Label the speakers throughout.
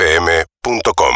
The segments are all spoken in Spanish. Speaker 1: UrbanaPlayFM.com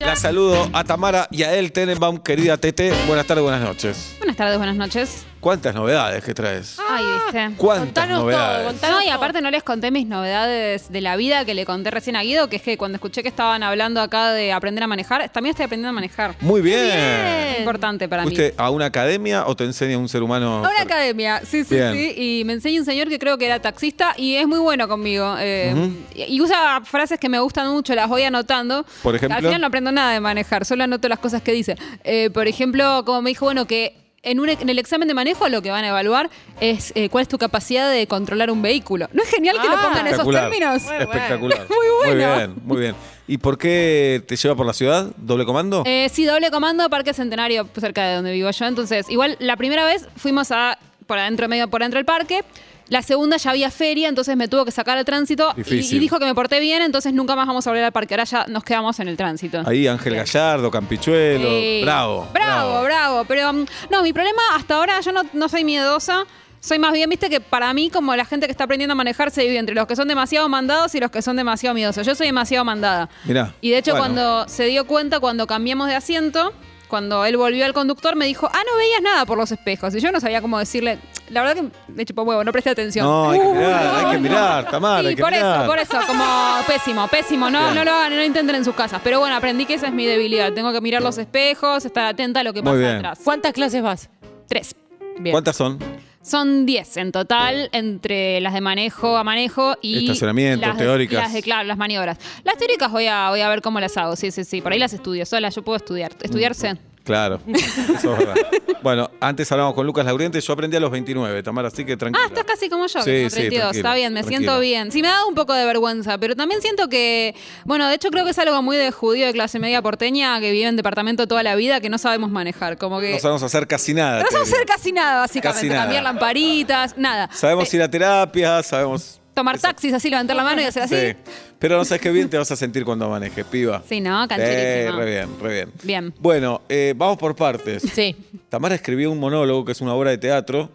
Speaker 2: La saludo a Tamara y a él, Tenenbaum, querida Tete. Buenas tardes, buenas noches.
Speaker 3: Buenas tardes, buenas noches.
Speaker 2: ¿Cuántas novedades que traes?
Speaker 3: Ay, viste.
Speaker 2: ¿Cuántas
Speaker 4: contanos
Speaker 2: novedades?
Speaker 4: todo, contanos
Speaker 3: No, y aparte no les conté mis novedades de la vida que le conté recién a Guido, que es que cuando escuché que estaban hablando acá de aprender a manejar, también estoy aprendiendo a manejar.
Speaker 2: Muy bien.
Speaker 3: Es importante para mí.
Speaker 2: ¿Fuiste a una academia o te enseña un ser humano?
Speaker 3: A una academia, sí, sí,
Speaker 2: Bien.
Speaker 3: sí. Y me enseña un señor que creo que era taxista y es muy bueno conmigo. eh,
Speaker 2: Ujú.
Speaker 3: y- Y usa frases que me gustan mucho, las voy anotando.
Speaker 2: Por ejemplo.
Speaker 3: Al final no aprendo nada de manejar, solo anoto las cosas que dice. Eh, por ejemplo, como me dijo, bueno, que en, un, e- en el examen de manejo lo que van a evaluar es eh, cuál es tu capacidad de controlar un vehículo. ¿No es genial que lo
Speaker 4: Ah.
Speaker 3: pongan en esos
Speaker 2: Espectacular.
Speaker 3: términos?
Speaker 4: Muy bueno.
Speaker 2: Espectacular.
Speaker 3: Muy bueno.
Speaker 2: Muy bien, muy bien. ¿Y por qué te lleva por la ciudad? ¿Doble comando?
Speaker 3: Eh, sí, doble comando, Parque Centenario, pues, cerca de donde vivo yo. Entonces, igual la primera vez fuimos a por adentro, medio por adentro del parque. La segunda ya había feria, entonces me tuvo que sacar al tránsito y,
Speaker 2: Difícil.
Speaker 3: y dijo que me porté bien, entonces nunca más vamos a volver al parque. Ahora ya nos quedamos en el tránsito.
Speaker 2: Ahí Ángel Gallardo, Campichuelo.
Speaker 3: Sí.
Speaker 2: Bravo.
Speaker 3: Bravo, bravo. Pero mm, no, mi problema hasta ahora, yo no, no soy miedosa. Soy más bien, viste, que para mí, como la gente que está aprendiendo a manejar, se divide entre los que son demasiado mandados y los que son demasiado miedosos. Yo soy demasiado mandada.
Speaker 2: Mirá.
Speaker 3: Y de hecho,
Speaker 2: Bueno.
Speaker 3: cuando se dio cuenta, cuando cambiamos de asiento, cuando él volvió al conductor, me dijo, ah, no veías nada por los espejos. Y yo no sabía cómo decirle, la verdad que me chupó huevo, no presté atención. Uh.
Speaker 2: No, hay que mirar, hay que mirar, Tamara, hay
Speaker 3: Sí,
Speaker 2: que
Speaker 3: por
Speaker 2: mirar.
Speaker 3: eso, por eso, como pésimo, pésimo. No,
Speaker 2: Bien.
Speaker 3: no lo hagan, no lo intenten en sus casas. Pero bueno, aprendí que esa es mi debilidad. Tengo que mirar los espejos, estar atenta a lo que
Speaker 2: Muy
Speaker 3: pasa
Speaker 2: bien.
Speaker 3: atrás.
Speaker 4: ¿Cuántas clases vas?
Speaker 3: Tres. Bien.
Speaker 2: ¿Cuántas son?
Speaker 3: Son 10 en total, entre las de manejo a manejo y.
Speaker 2: Estacionamiento,
Speaker 3: las de-
Speaker 2: teóricas.
Speaker 3: Las de, claro, las maniobras. Las teóricas voy a, voy a ver cómo las hago, sí, sí, sí. Por ahí las estudio sola, yo puedo estudiar.
Speaker 2: Mm.
Speaker 3: Estudiarse. Ah,
Speaker 2: Claro, eso es verdad. Bueno, antes hablamos con Lucas Lauriente, yo aprendí a los 29, Tamara, así que tranquila.
Speaker 3: Ah, estás casi como yo,
Speaker 2: Sí,
Speaker 3: que tengo
Speaker 2: sí,
Speaker 3: 32.
Speaker 2: tranquila,
Speaker 3: Está bien, me
Speaker 2: tranquila.
Speaker 3: siento bien. Sí, me ha dado un poco de vergüenza, pero también siento que. Bueno, de hecho, creo que es algo muy de judío de clase media porteña que vive en departamento toda la vida que no sabemos manejar. Como que.
Speaker 2: No sabemos hacer casi nada.
Speaker 3: Eh, no
Speaker 2: te
Speaker 3: sabemos
Speaker 2: diría.
Speaker 3: hacer casi nada, básicamente.
Speaker 2: nada.
Speaker 3: Cambiar lamparitas, nada. Eh,
Speaker 2: Sabemos ir a terapia, sabemos.
Speaker 3: Tomar taxis, así levantar la mano y hacer así.
Speaker 2: Sí. Pero no sabes qué bien te vas a sentir cuando manejes, piba.
Speaker 3: Sí, ¿no?
Speaker 2: Sí,
Speaker 3: Cancherísima.
Speaker 2: re bien, re bien.
Speaker 3: Bien.
Speaker 2: Bueno, eh, vamos por partes.
Speaker 4: Sí.
Speaker 2: Tamara escribió un monólogo que es una obra de teatro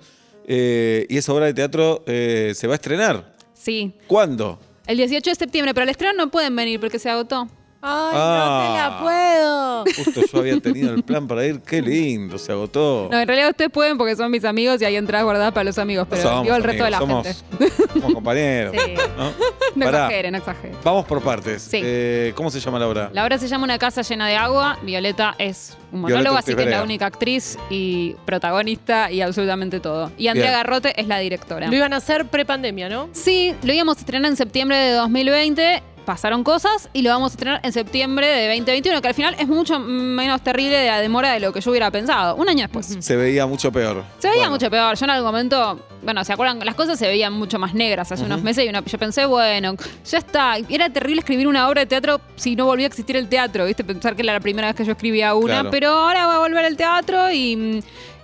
Speaker 2: eh, y esa obra de teatro eh, se va a estrenar.
Speaker 3: Sí.
Speaker 2: ¿Cuándo?
Speaker 3: El 18 de septiembre, pero al estreno no pueden venir porque se agotó.
Speaker 4: Ay,
Speaker 2: Ah.
Speaker 4: no te la puedo.
Speaker 2: Justo yo había tenido el plan para ir. Qué lindo, se agotó.
Speaker 3: No, en realidad ustedes pueden porque son mis amigos y hay entradas guardadas para los amigos, pero
Speaker 2: Somos
Speaker 3: digo el resto de la
Speaker 2: amigos,
Speaker 3: gente.
Speaker 2: somos, somos compañeros.
Speaker 3: Sí.
Speaker 2: ¿no?
Speaker 3: No
Speaker 2: Pará,
Speaker 3: exageren, no exageren.
Speaker 2: Vamos por partes.
Speaker 3: Sí.
Speaker 2: Eh, ¿Cómo se llama la obra?
Speaker 3: La obra se llama Una casa llena de agua. Violeta es un
Speaker 2: Violeta
Speaker 3: monólogo, así que es
Speaker 2: Urtizberea.
Speaker 3: la única actriz y protagonista y absolutamente todo. Y Andrea
Speaker 2: Bien.
Speaker 3: Garrote es la directora.
Speaker 4: Lo iban a hacer pre-pandemia, ¿no?
Speaker 3: Sí, lo íbamos a estrenar en septiembre de 2020. Pasaron cosas y lo vamos a estrenar en septiembre de 2021, que al final es mucho menos terrible de la demora de lo que yo hubiera pensado. Un año después.
Speaker 2: Se veía mucho peor.
Speaker 3: Se veía
Speaker 2: Bueno,
Speaker 3: mucho peor. Yo en algún momento, bueno, ¿se acuerdan? Las cosas se veían mucho más negras hace unos meses y una- yo pensé, bueno, ya está. Era terrible escribir una obra de teatro si no volvía a existir el teatro, ¿viste? Pensar que era la primera vez que yo escribía una,
Speaker 2: Claro.
Speaker 3: pero ahora va a volver el teatro y, mm,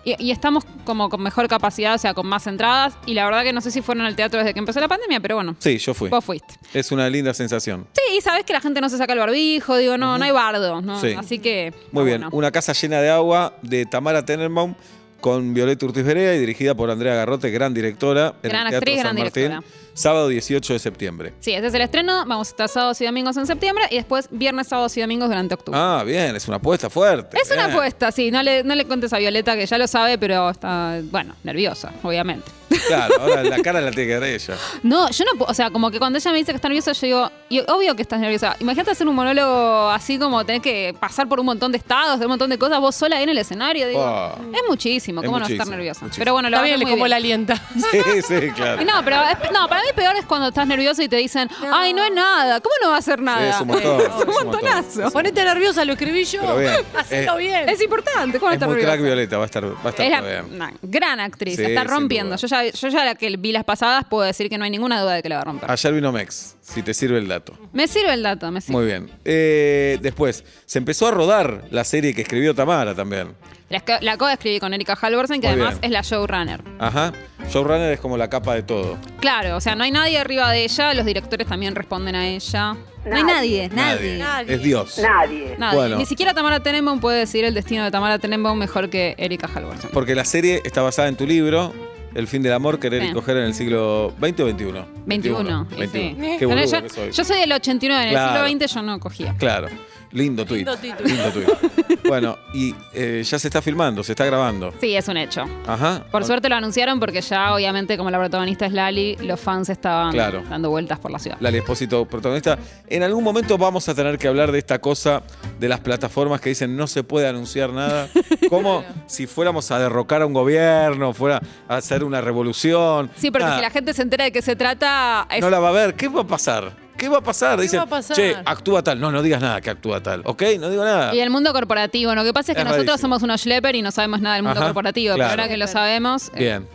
Speaker 3: y, y estamos como con mejor capacidad, o sea, con más entradas. Y la verdad que no sé si fueron al teatro desde que empezó la pandemia, pero bueno,
Speaker 2: Sí, yo fui.
Speaker 3: vos fuiste.
Speaker 2: Es una linda sensación.
Speaker 3: Sí, y sabes que la gente no se saca el barbijo, digo, no, no hay bardo, ¿no?
Speaker 2: Sí.
Speaker 3: Así que.
Speaker 2: Muy bien.
Speaker 3: bueno.
Speaker 2: Una casa llena de agua de Tamara Tenenbaum con Violeta Urtiz Berea y dirigida por Andrea Garrote, gran directora. en
Speaker 3: Gran
Speaker 2: el Teatro
Speaker 3: actriz,
Speaker 2: San
Speaker 3: gran
Speaker 2: Martín,
Speaker 3: directora.
Speaker 2: Sábado 18 de septiembre.
Speaker 3: Sí, ese es el estreno. Vamos a estar sábados y domingos en septiembre y después viernes, sábados y domingos durante octubre.
Speaker 2: Ah, bien, es una apuesta fuerte.
Speaker 3: es una
Speaker 2: bien.
Speaker 3: apuesta, sí. No le, no le contes a Violeta que ya lo sabe, pero está, bueno, nerviosa, obviamente.
Speaker 2: Claro, ahora la cara la tiene que dar ella.
Speaker 3: No, yo no puedo, o sea, como que cuando ella me dice que está nerviosa, yo digo, y obvio que estás nerviosa. Imagínate hacer un monólogo así como tenés que pasar por un montón de estados, de un montón de cosas, vos sola ahí en el escenario. Digo,
Speaker 2: Oh.
Speaker 3: Es muchísimo,
Speaker 2: Es
Speaker 3: ¿cómo no
Speaker 2: muchísimo,
Speaker 3: estar nerviosa?
Speaker 2: muchísimo.
Speaker 3: Pero bueno, lo
Speaker 4: También
Speaker 3: hace
Speaker 4: le
Speaker 3: muy
Speaker 4: como
Speaker 3: bien.
Speaker 4: la alienta.
Speaker 2: Sí, sí, claro.
Speaker 3: Y No, pero es- no, para mí peor es cuando estás nervioso y te dicen, ay, no es nada, ¿cómo no va a ser nada?
Speaker 2: es un montón,
Speaker 3: Es un
Speaker 2: es un
Speaker 3: montonazo.
Speaker 2: montón.
Speaker 4: Ponete nerviosa, lo escribí yo.
Speaker 2: Pero bien.
Speaker 4: Hacelo
Speaker 2: Eh,
Speaker 4: bien.
Speaker 3: Es importante, ¿cómo no
Speaker 2: Es
Speaker 3: estás
Speaker 2: muy crack
Speaker 3: nerviosa?
Speaker 2: Violeta, va a estar, va a estar
Speaker 3: Es la-
Speaker 2: bien.
Speaker 3: una gran actriz,
Speaker 2: Sí,
Speaker 3: la está
Speaker 2: sin
Speaker 3: rompiendo.
Speaker 2: duda.
Speaker 3: Yo ya, yo ya la que vi las pasadas puedo decir que no hay ninguna duda de que la va a romper.
Speaker 2: Ayer vino Mex, si te sirve el dato.
Speaker 3: Me sirve el dato, me sirve.
Speaker 2: Muy bien. Eh, después, se empezó a rodar la serie que escribió Tamara también.
Speaker 3: La, esca- la co-escribí con Erika Halvorsen, que
Speaker 2: Muy
Speaker 3: además
Speaker 2: bien.
Speaker 3: es la showrunner.
Speaker 2: Ajá. Showrunner es como la capa de todo.
Speaker 3: Claro, o sea, no hay nadie arriba de ella, los directores también responden a ella. No hay nadie, nadie.
Speaker 4: Nadie.
Speaker 2: Es Dios.
Speaker 5: Nadie.
Speaker 3: Nadie.
Speaker 2: Bueno.
Speaker 3: Ni siquiera Tamara Tenenbaum puede decir el destino de Tamara Tenenbaum mejor que Erika Halvorsen.
Speaker 2: Porque la serie está basada en tu libro El fin del amor, querer y
Speaker 3: Sí.
Speaker 2: coger en el siglo XX o XXI.
Speaker 3: 21. y sí.
Speaker 2: Qué
Speaker 3: Pero
Speaker 2: boludo
Speaker 3: yo,
Speaker 2: que soy.
Speaker 3: yo soy del 89, en
Speaker 2: Claro.
Speaker 3: el siglo XX yo no cogía.
Speaker 2: Claro. Lindo tweet.
Speaker 4: Lindo título.
Speaker 2: Lindo tweet. bueno, y eh, ya se está filmando, se está grabando.
Speaker 3: Sí, es un hecho.
Speaker 2: Ajá.
Speaker 3: Por suerte lo anunciaron porque ya, obviamente, como la protagonista es Lali, los fans estaban
Speaker 2: Claro.
Speaker 3: dando vueltas por la ciudad.
Speaker 2: Lali Espósito, protagonista. En algún momento vamos a tener que hablar de esta cosa de las plataformas que dicen no se puede anunciar nada. Como si fuéramos a derrocar a un gobierno, fuera a hacer una revolución.
Speaker 3: Sí, porque
Speaker 2: Nada,
Speaker 3: si la gente se entera de qué se trata,
Speaker 2: Ah.
Speaker 3: es-
Speaker 2: No la va a ver. ¿Qué va a pasar? ¿Qué va a pasar?
Speaker 4: ¿Qué
Speaker 2: Dicen,
Speaker 4: va a pasar?
Speaker 2: che, actúa tal. No, no digas nada que actúa tal. ¿Ok? No digo nada.
Speaker 3: Y el mundo corporativo. Lo que pasa es que
Speaker 2: Es
Speaker 3: nosotros
Speaker 2: rarísimo.
Speaker 3: somos unos schlepper y no sabemos nada del mundo
Speaker 2: Ajá,
Speaker 3: corporativo.
Speaker 2: claro.
Speaker 3: Pero ahora que lo sabemos. eh,
Speaker 2: Bien.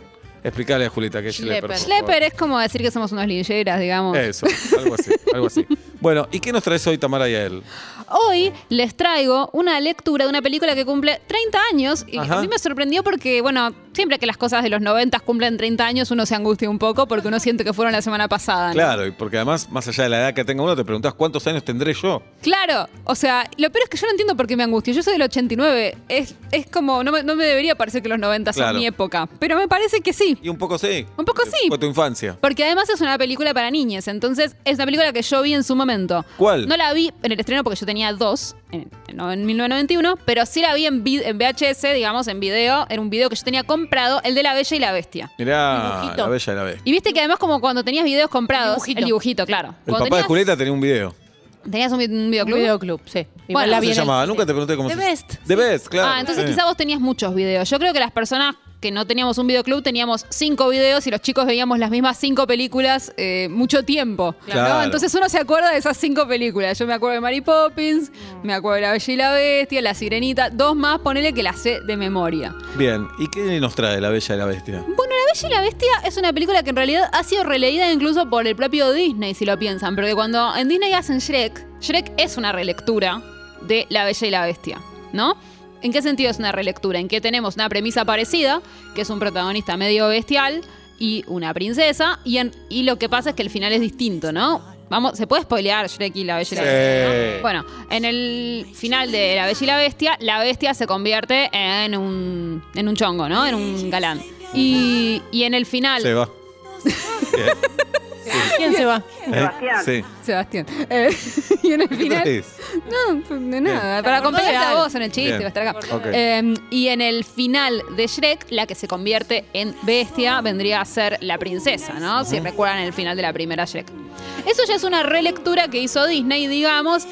Speaker 2: Explícale a Julieta que es Schlepper. por favor.
Speaker 3: Schlepper es como decir que somos unos lilleras, digamos.
Speaker 2: Eso, algo así, algo así. Bueno, ¿y qué nos traes hoy, Tamara y él?
Speaker 3: Hoy les traigo una lectura de una película que cumple 30 años. Y
Speaker 2: Ajá.
Speaker 3: a mí me sorprendió porque, bueno, siempre que las cosas de los 90 cumplen 30 años, uno se angustia un poco porque uno siente que fueron la semana pasada. Ah, ¿no?
Speaker 2: Claro, y porque además, más allá de la edad que tenga uno, te preguntás cuántos años tendré yo.
Speaker 3: Claro, o sea, lo peor es que yo no entiendo por qué me angustio. Yo soy del 89, es, es como, no me, no me debería parecer que los 90
Speaker 2: Claro.
Speaker 3: son mi época, pero me parece que sí.
Speaker 2: Y un poco sí.
Speaker 3: Un poco sí.
Speaker 2: Fue tu infancia.
Speaker 3: Porque además es una película para niñas, entonces es una película que yo vi en su momento.
Speaker 2: ¿Cuál?
Speaker 3: No la vi en el estreno porque yo tenía dos, en, en no- en 1991, pero sí la vi en, vi- en VHS, digamos, en video. Era un video que yo tenía comprado, el de La Bella y la Bestia.
Speaker 2: Mirá,
Speaker 4: Dibujito.
Speaker 2: la bella y la bestia.
Speaker 3: Y viste que además como cuando tenías videos comprados, el dibujito,
Speaker 4: dibujito.
Speaker 3: claro.
Speaker 2: El
Speaker 3: Cuando
Speaker 2: papá de
Speaker 3: tenías-
Speaker 2: Julieta tenía un video.
Speaker 3: Tenías un, vi- un
Speaker 4: Un
Speaker 3: videoclub.
Speaker 4: videoclub, sí. Y
Speaker 3: Bueno,
Speaker 4: la
Speaker 2: ¿Cómo
Speaker 4: vi
Speaker 2: se
Speaker 4: en el-
Speaker 2: llamaba? Nunca te pregunté cómo
Speaker 4: The
Speaker 2: se
Speaker 4: Best.
Speaker 2: The Best, claro. Eh,
Speaker 3: Ah, entonces
Speaker 2: Sí.
Speaker 3: quizá vos tenías muchos videos. Yo creo que las personas que no teníamos un videoclub teníamos cinco videos y los chicos veíamos las mismas cinco películas eh, mucho tiempo. ¿no?
Speaker 2: Claro.
Speaker 3: Entonces uno se acuerda de esas cinco películas. Yo me acuerdo de Mary Poppins, me acuerdo de La Bella y la Bestia, La Sirenita, dos más, ponele que las sé de memoria.
Speaker 2: Bien, ¿y qué nos trae la bella y la bestia?
Speaker 3: Bueno, La Bella y la Bestia es una película que en realidad ha sido releída incluso por el propio Disney, si lo piensan, porque cuando en Disney hacen Shrek, Shrek es una relectura de La Bella y la Bestia, ¿no? ¿En qué sentido es una relectura? En que tenemos una premisa parecida, que es un protagonista medio bestial y una princesa, y, en- y lo que pasa es que el final es distinto, ¿no? Vamos, ¿se puede spoilear Shrek y La Bella y la
Speaker 2: Sí.
Speaker 3: Bestia? ¿no? Bueno, en el final de La Bella y la Bestia, la bestia se convierte en un, en un chongo, ¿no? En un galán. Y, y en el final...
Speaker 2: Se va. Bien.
Speaker 4: ¿Quién se va?
Speaker 2: ¿Eh? Sí.
Speaker 3: Sebastián. Eh, y en el
Speaker 2: ¿Qué
Speaker 3: final...
Speaker 2: traes?
Speaker 3: No, pues, de nada.
Speaker 2: Bien.
Speaker 3: Para
Speaker 4: acordó de
Speaker 3: acompañarte a
Speaker 4: algo.
Speaker 3: vos en el chiste,
Speaker 2: Bien.
Speaker 3: va a estar acá.
Speaker 2: Ok.
Speaker 3: Eh, y en el final de Shrek, la que se convierte en bestia vendría a ser la princesa, ¿no? Si recuerdan el final de la primera Shrek. Eso ya es una relectura que hizo Disney, digamos,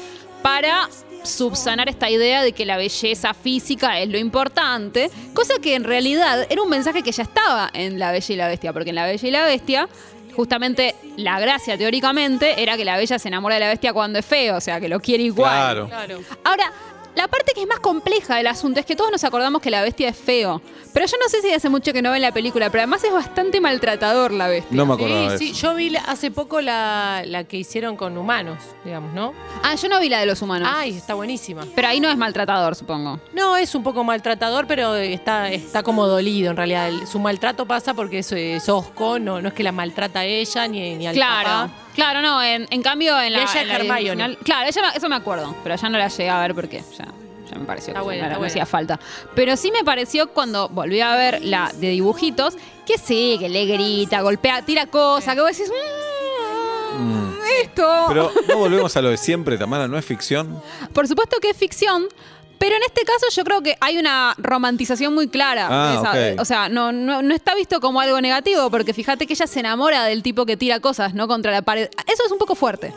Speaker 3: para subsanar esta idea de que la belleza física es lo importante, cosa que en realidad era un mensaje que ya estaba en La Bella y la Bestia, porque en La Bella y la Bestia justamente la gracia teóricamente era que la bella se enamora de la bestia cuando es feo, o sea, que lo quiere igual.
Speaker 2: Claro.
Speaker 4: Claro.
Speaker 3: Ahora, la parte que es más compleja del asunto es que todos nos acordamos que la bestia es feo. Pero yo no sé si hace mucho que no ven la película, pero además es bastante maltratador la bestia.
Speaker 2: No me acordaba
Speaker 4: Sí,
Speaker 2: de
Speaker 4: sí,
Speaker 2: eso.
Speaker 4: yo vi la- hace poco la, la que hicieron con humanos, digamos, ¿no?
Speaker 3: Ah, yo no vi la de los humanos.
Speaker 4: Ay, está buenísima.
Speaker 3: Pero ahí no es maltratador, supongo.
Speaker 4: No, es un poco maltratador, pero está, está como dolido en realidad. El- Su maltrato pasa porque es, es osco, no, no es que la maltrata a ella ni, ni al
Speaker 3: Claro.
Speaker 4: papá.
Speaker 3: Claro, no, en, en cambio en la.
Speaker 4: Y ella
Speaker 3: en la
Speaker 4: es
Speaker 3: vida
Speaker 4: Hermione.
Speaker 3: original- Claro, ella me- eso me acuerdo, pero ya no la llegué a ver porque ya, ya me pareció
Speaker 4: Está
Speaker 3: que
Speaker 4: buena,
Speaker 3: no,
Speaker 4: está
Speaker 3: no
Speaker 4: buena.
Speaker 3: hacía falta. Pero sí me pareció cuando volví a ver la de dibujitos, que sí, que le grita, golpea, tira cosas, que vos decís. "Mm, Esto.
Speaker 2: Pero no volvemos a lo de siempre, Tamara, no es ficción.
Speaker 3: Por supuesto que es ficción, pero en este caso yo creo que hay una romantización muy clara.
Speaker 2: Ah,
Speaker 3: Esa-
Speaker 2: ok.
Speaker 3: O sea, no, no, no está visto como algo negativo, porque fíjate que ella se enamora del tipo que tira cosas, ¿no? Contra la pared. Eso es un poco fuerte.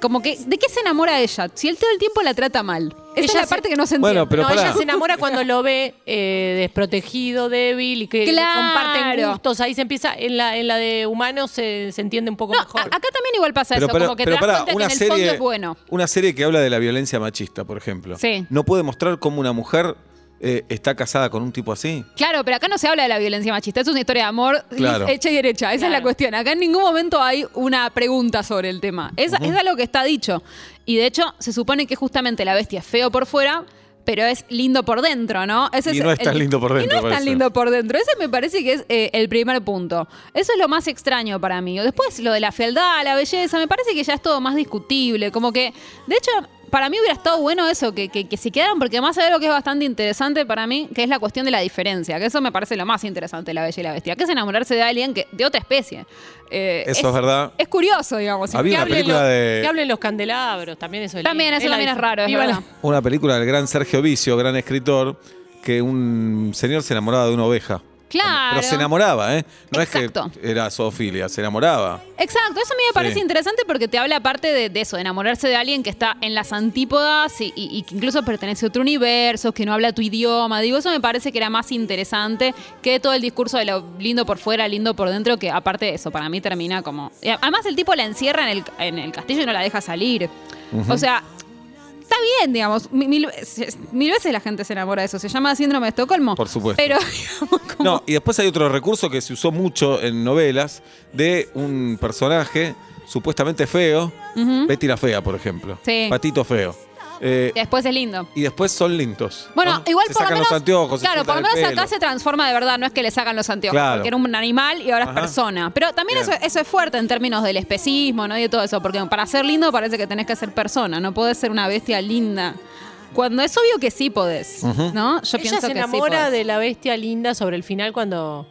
Speaker 3: Como que, ¿de qué se enamora ella? Si él todo el tiempo la trata mal. Esa
Speaker 4: Ella
Speaker 3: es la
Speaker 4: se-
Speaker 3: parte que no se entiende.
Speaker 2: Bueno, pero
Speaker 4: no,
Speaker 2: pará.
Speaker 4: ella se enamora cuando lo ve eh, desprotegido, débil y que que
Speaker 3: Claro.
Speaker 4: comparten gustos. Ahí se empieza, en la, en la de humanos se, se entiende un poco
Speaker 3: No, a-
Speaker 4: mejor.
Speaker 3: acá también igual pasa eso,
Speaker 2: pará,
Speaker 3: como que te
Speaker 2: pará,
Speaker 3: das cuenta que en el fondo es bueno.
Speaker 2: Una serie que habla de la violencia machista, por ejemplo.
Speaker 3: Sí.
Speaker 2: No puede mostrar cómo una mujer eh, está casada con un tipo así.
Speaker 3: Claro, pero acá no se habla de la violencia machista, es una historia de amor
Speaker 2: Claro.
Speaker 3: hecha y derecha, esa es la
Speaker 4: Claro.
Speaker 3: cuestión. Acá en ningún momento hay una pregunta sobre el tema, es, es algo que está dicho. Y de hecho, se supone que justamente la bestia es feo por fuera, pero es lindo por dentro, ¿no? Ese
Speaker 2: Y no es tan lindo por dentro,
Speaker 3: Y no es tan
Speaker 2: parece.
Speaker 3: lindo por dentro, ese me parece que es eh, el primer punto. Eso es lo más extraño para mí. Después, lo de la fealdad, la belleza, me parece que ya es todo más discutible, como que, de hecho... para mí hubiera estado bueno eso, que, que, que se quedaran, porque además hay algo que es bastante interesante para mí, que es la cuestión de la diferencia, que eso me parece lo más interesante de la bella y la bestia, que es enamorarse de alguien que, de otra especie. Eh,
Speaker 2: Eso es verdad.
Speaker 3: Es curioso, digamos.
Speaker 2: Había una
Speaker 3: que hable-
Speaker 2: película
Speaker 4: los,
Speaker 2: de-
Speaker 4: que hablen los candelabros, también eso. es
Speaker 3: También,
Speaker 4: lindo.
Speaker 3: eso
Speaker 4: la
Speaker 3: también es
Speaker 4: dif-
Speaker 3: raro, es
Speaker 4: viva la-
Speaker 3: verdad.
Speaker 2: Una película del gran Sergio Vicio, gran escritor, que un señor se enamoraba de una oveja.
Speaker 3: Claro.
Speaker 2: Pero se enamoraba, ¿eh? No
Speaker 3: Exacto.
Speaker 2: es que era zoofilia, se enamoraba.
Speaker 3: Exacto, eso a mí me parece
Speaker 2: Sí.
Speaker 3: interesante porque te habla aparte de, de eso, de enamorarse de alguien que está en las antípodas y, y- y que incluso pertenece a otro universo, que no habla tu idioma. Digo, eso me parece que era más interesante que todo el discurso de lo lindo por fuera, lindo por dentro, que aparte de eso, para mí termina como... y a- Además el tipo la encierra en el, en el castillo y no la deja salir. O sea... Está bien, digamos, mi- mil, veces- mil veces la gente se enamora de eso. Se llama síndrome de Estocolmo.
Speaker 2: Por supuesto.
Speaker 3: Pero, digamos, como-
Speaker 2: No, y después hay otro recurso que se usó mucho en novelas de un personaje supuestamente feo, Betty la Fea, por ejemplo.
Speaker 3: Sí.
Speaker 2: Patito Feo. Eh,
Speaker 3: que después es lindo.
Speaker 2: y después son lindos.
Speaker 3: Bueno,
Speaker 2: ¿no?
Speaker 3: igual
Speaker 2: Se
Speaker 3: por lo
Speaker 2: sacan
Speaker 3: menos.
Speaker 2: los anteojos, se
Speaker 3: claro, por
Speaker 2: sueltan
Speaker 3: lo menos
Speaker 2: el
Speaker 3: acá
Speaker 2: pelo.
Speaker 3: se transforma de verdad, no es que le sacan los anteojos,
Speaker 2: Claro.
Speaker 3: porque era un animal y ahora es
Speaker 2: Ajá.
Speaker 3: persona. Pero también eso,
Speaker 2: Bien.
Speaker 3: eso es fuerte en términos del especismo, ¿no? Y de todo eso, porque para ser lindo parece que tenés que ser persona, no podés ser una bestia linda. Cuando es obvio que sí podés, ¿no? Yo
Speaker 4: Ella
Speaker 3: pienso
Speaker 4: se
Speaker 3: que
Speaker 4: enamora
Speaker 3: sí podés.
Speaker 4: de la bestia linda sobre el final cuando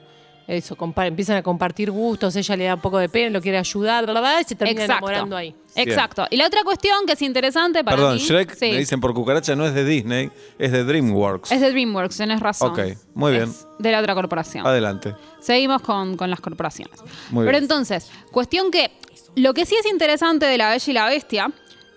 Speaker 4: eso compa- empiezan a compartir gustos, ella le da un poco de pena, lo quiere ayudar, bla, bla, bla, y se termina enamorando ahí.
Speaker 3: Exacto. Y la otra cuestión que es interesante para
Speaker 2: Perdón,
Speaker 3: mí.
Speaker 2: Shrek,
Speaker 3: Sí.
Speaker 2: me dicen por cucaracha, no es de Disney, es de DreamWorks.
Speaker 3: Es de DreamWorks, tenés razón.
Speaker 2: Ok, muy bien.
Speaker 3: Es de la otra corporación.
Speaker 2: Adelante.
Speaker 3: Seguimos con, con las corporaciones.
Speaker 2: Muy
Speaker 3: Pero
Speaker 2: bien.
Speaker 3: entonces, cuestión que lo que sí es interesante de La Bella y la Bestia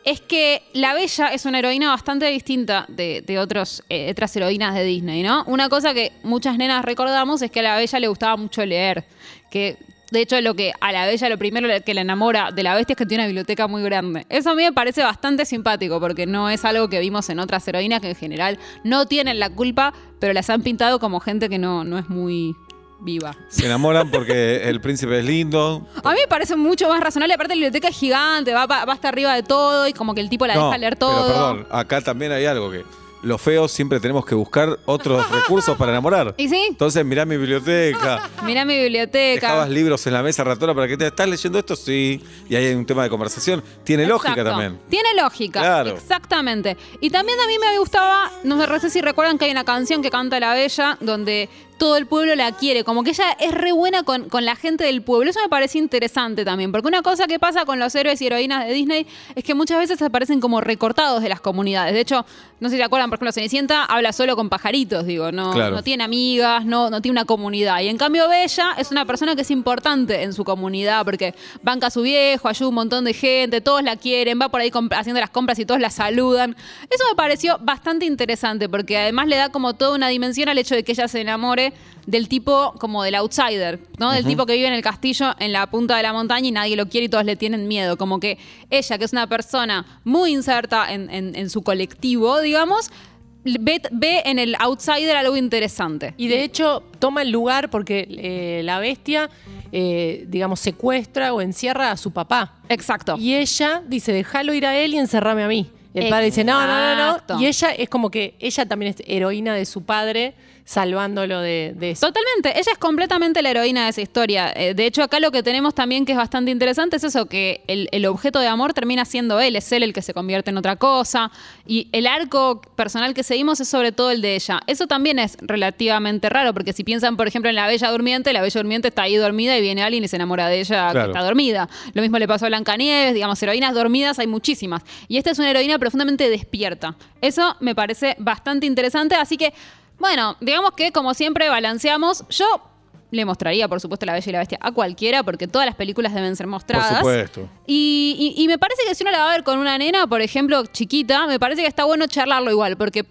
Speaker 3: es que La Bella es una heroína bastante distinta de, de otros, eh, otras heroínas de Disney, ¿no? Una cosa que muchas nenas recordamos es que a La Bella le gustaba mucho leer, que... De hecho, lo que a la bella lo primero que la enamora de la bestia es que tiene una biblioteca muy grande. Eso a mí me parece bastante simpático porque no es algo que vimos en otras heroínas que en general no tienen la culpa, pero las han pintado como gente que no, no es muy viva.
Speaker 2: Se enamoran porque el príncipe es lindo.
Speaker 3: A mí me parece mucho más razonable. Aparte, la biblioteca es gigante, va, va- va hasta arriba de todo y como que el tipo la
Speaker 2: No,
Speaker 3: deja leer
Speaker 2: pero
Speaker 3: todo.
Speaker 2: perdón, acá también hay algo que los feos siempre tenemos que buscar otros recursos para enamorar.
Speaker 3: ¿Y sí?
Speaker 2: Entonces, mirá mi biblioteca.
Speaker 3: Mirá mi biblioteca.
Speaker 2: Dejabas libros en la mesa ratona para que te estás leyendo esto, sí. Y ahí hay un tema de conversación. Tiene lógica
Speaker 3: Exacto.
Speaker 2: también.
Speaker 3: Tiene lógica.
Speaker 2: Claro.
Speaker 3: Exactamente. Y también a mí me gustaba, no sé- no sé si recuerdan que hay una canción que canta La Bella donde todo el pueblo la quiere, como que ella es re buena con, con la gente del pueblo. Eso me parece interesante también, porque una cosa que pasa con los héroes y heroínas de Disney es que muchas veces aparecen como recortados de las comunidades. De hecho, no sé si se acuerdan, por ejemplo, Cenicienta habla solo con pajaritos, digo, no,
Speaker 2: Claro.
Speaker 3: no tiene amigas, no, no tiene una comunidad. Y en cambio Bella es una persona que es importante en su comunidad porque banca a su viejo, ayuda a un montón de gente, todos la quieren, va por ahí comp- haciendo las compras y todos la saludan. Eso me pareció bastante interesante porque además le da como toda una dimensión al hecho de que ella se enamore del tipo como del outsider, ¿no? Del tipo que vive en el castillo en la punta de la montaña y nadie lo quiere y todos le tienen miedo. Como que ella, que es una persona muy inserta en, en- en su colectivo, digamos, ve, ve en el outsider algo interesante.
Speaker 4: Y de hecho toma el lugar porque eh, la bestia, eh, digamos, secuestra o encierra a su papá.
Speaker 3: Exacto.
Speaker 4: Y ella dice, déjalo ir a él y encerrame a mí. Y el padre dice, no, no, no,
Speaker 3: Exacto.
Speaker 4: no. Y ella es como que, ella también es heroína de su padre, salvándolo de, de eso.
Speaker 3: Totalmente, ella es completamente la heroína de esa historia. Eh, de hecho, acá lo que tenemos también que es bastante interesante es eso, que el, el objeto de amor termina siendo él, es él el que se convierte en otra cosa, y el arco personal que seguimos es sobre todo el de ella. Eso también es relativamente raro, porque si piensan, por ejemplo, en la Bella Durmiente, la Bella Durmiente está ahí dormida y viene alguien y se enamora de ella que
Speaker 2: Claro.
Speaker 3: está dormida. Lo mismo le pasó a Blancanieves, digamos, heroínas dormidas hay muchísimas. Y esta es una heroína profundamente despierta. Eso me parece bastante interesante, así que, bueno, digamos que como siempre balanceamos, yo le mostraría, por supuesto, la Bella y la Bestia a cualquiera, porque todas las películas deben ser mostradas.
Speaker 2: supuesto.
Speaker 3: Y, y- y me parece que si uno la va a ver con una nena, por ejemplo, chiquita, me parece que está bueno charlarlo igual, porque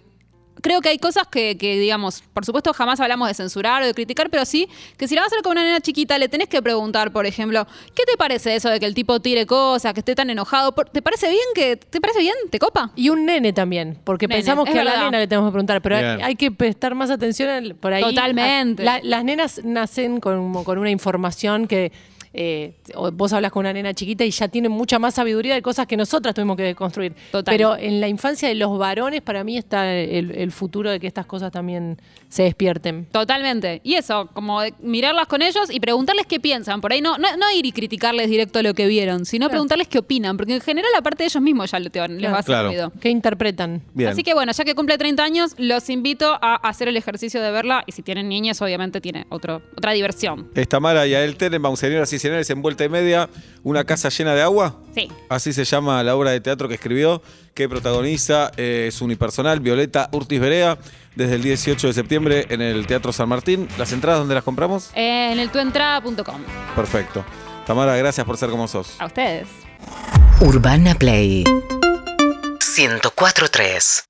Speaker 3: creo que hay cosas que, que, digamos, por supuesto jamás hablamos de censurar o de criticar, pero sí que si la vas a hacer con una nena chiquita, le tenés que preguntar, por ejemplo, ¿qué te parece eso de que el tipo tire cosas, que esté tan enojado? Por- ¿Te parece bien que te parece bien? ¿Te copa?
Speaker 4: Y un nene también, porque
Speaker 3: Nene,
Speaker 4: pensamos
Speaker 3: es
Speaker 4: que a
Speaker 3: verdad.
Speaker 4: la nena le tenemos que preguntar, pero hay,
Speaker 2: Bien.
Speaker 4: hay que prestar más atención al- por ahí.
Speaker 3: Totalmente.
Speaker 4: La- las nenas nacen con, con una información que eh, eh, o vos hablas con una nena chiquita y ya tienen mucha más sabiduría de cosas que nosotras tuvimos que construir.
Speaker 3: Total.
Speaker 4: Pero en la infancia de los varones, para mí está el, el futuro de que estas cosas también se despierten.
Speaker 3: Totalmente. Y eso, como de mirarlas con ellos y preguntarles qué piensan. Por ahí no, no, no ir y criticarles directo lo que vieron, sino preguntarles qué opinan. Porque en general, aparte de ellos mismos, ya lo te van- les va a hacer
Speaker 2: Claro.
Speaker 3: ruido.
Speaker 4: ¿Qué interpretan?
Speaker 2: Bien.
Speaker 3: Así que bueno, ya que cumple 30 años, los invito a hacer el ejercicio de verla. Y si tienen niñas, obviamente tiene otro, otra diversión.
Speaker 2: Es Tamara y Ael Tenenbaum, señoras y señores, en vuelta y media, una casa llena de agua.
Speaker 3: Sí.
Speaker 2: Así se llama la obra de teatro que escribió, que protagoniza eh, es unipersonal Violeta Urtiz Berea desde el 18 de septiembre en el Teatro San Martín. ¿Las entradas dónde las compramos?
Speaker 3: Eh, en el tuentrada.com.
Speaker 2: Perfecto. Tamara, gracias por ser como sos.
Speaker 3: A ustedes.
Speaker 5: Urbana Play 104.3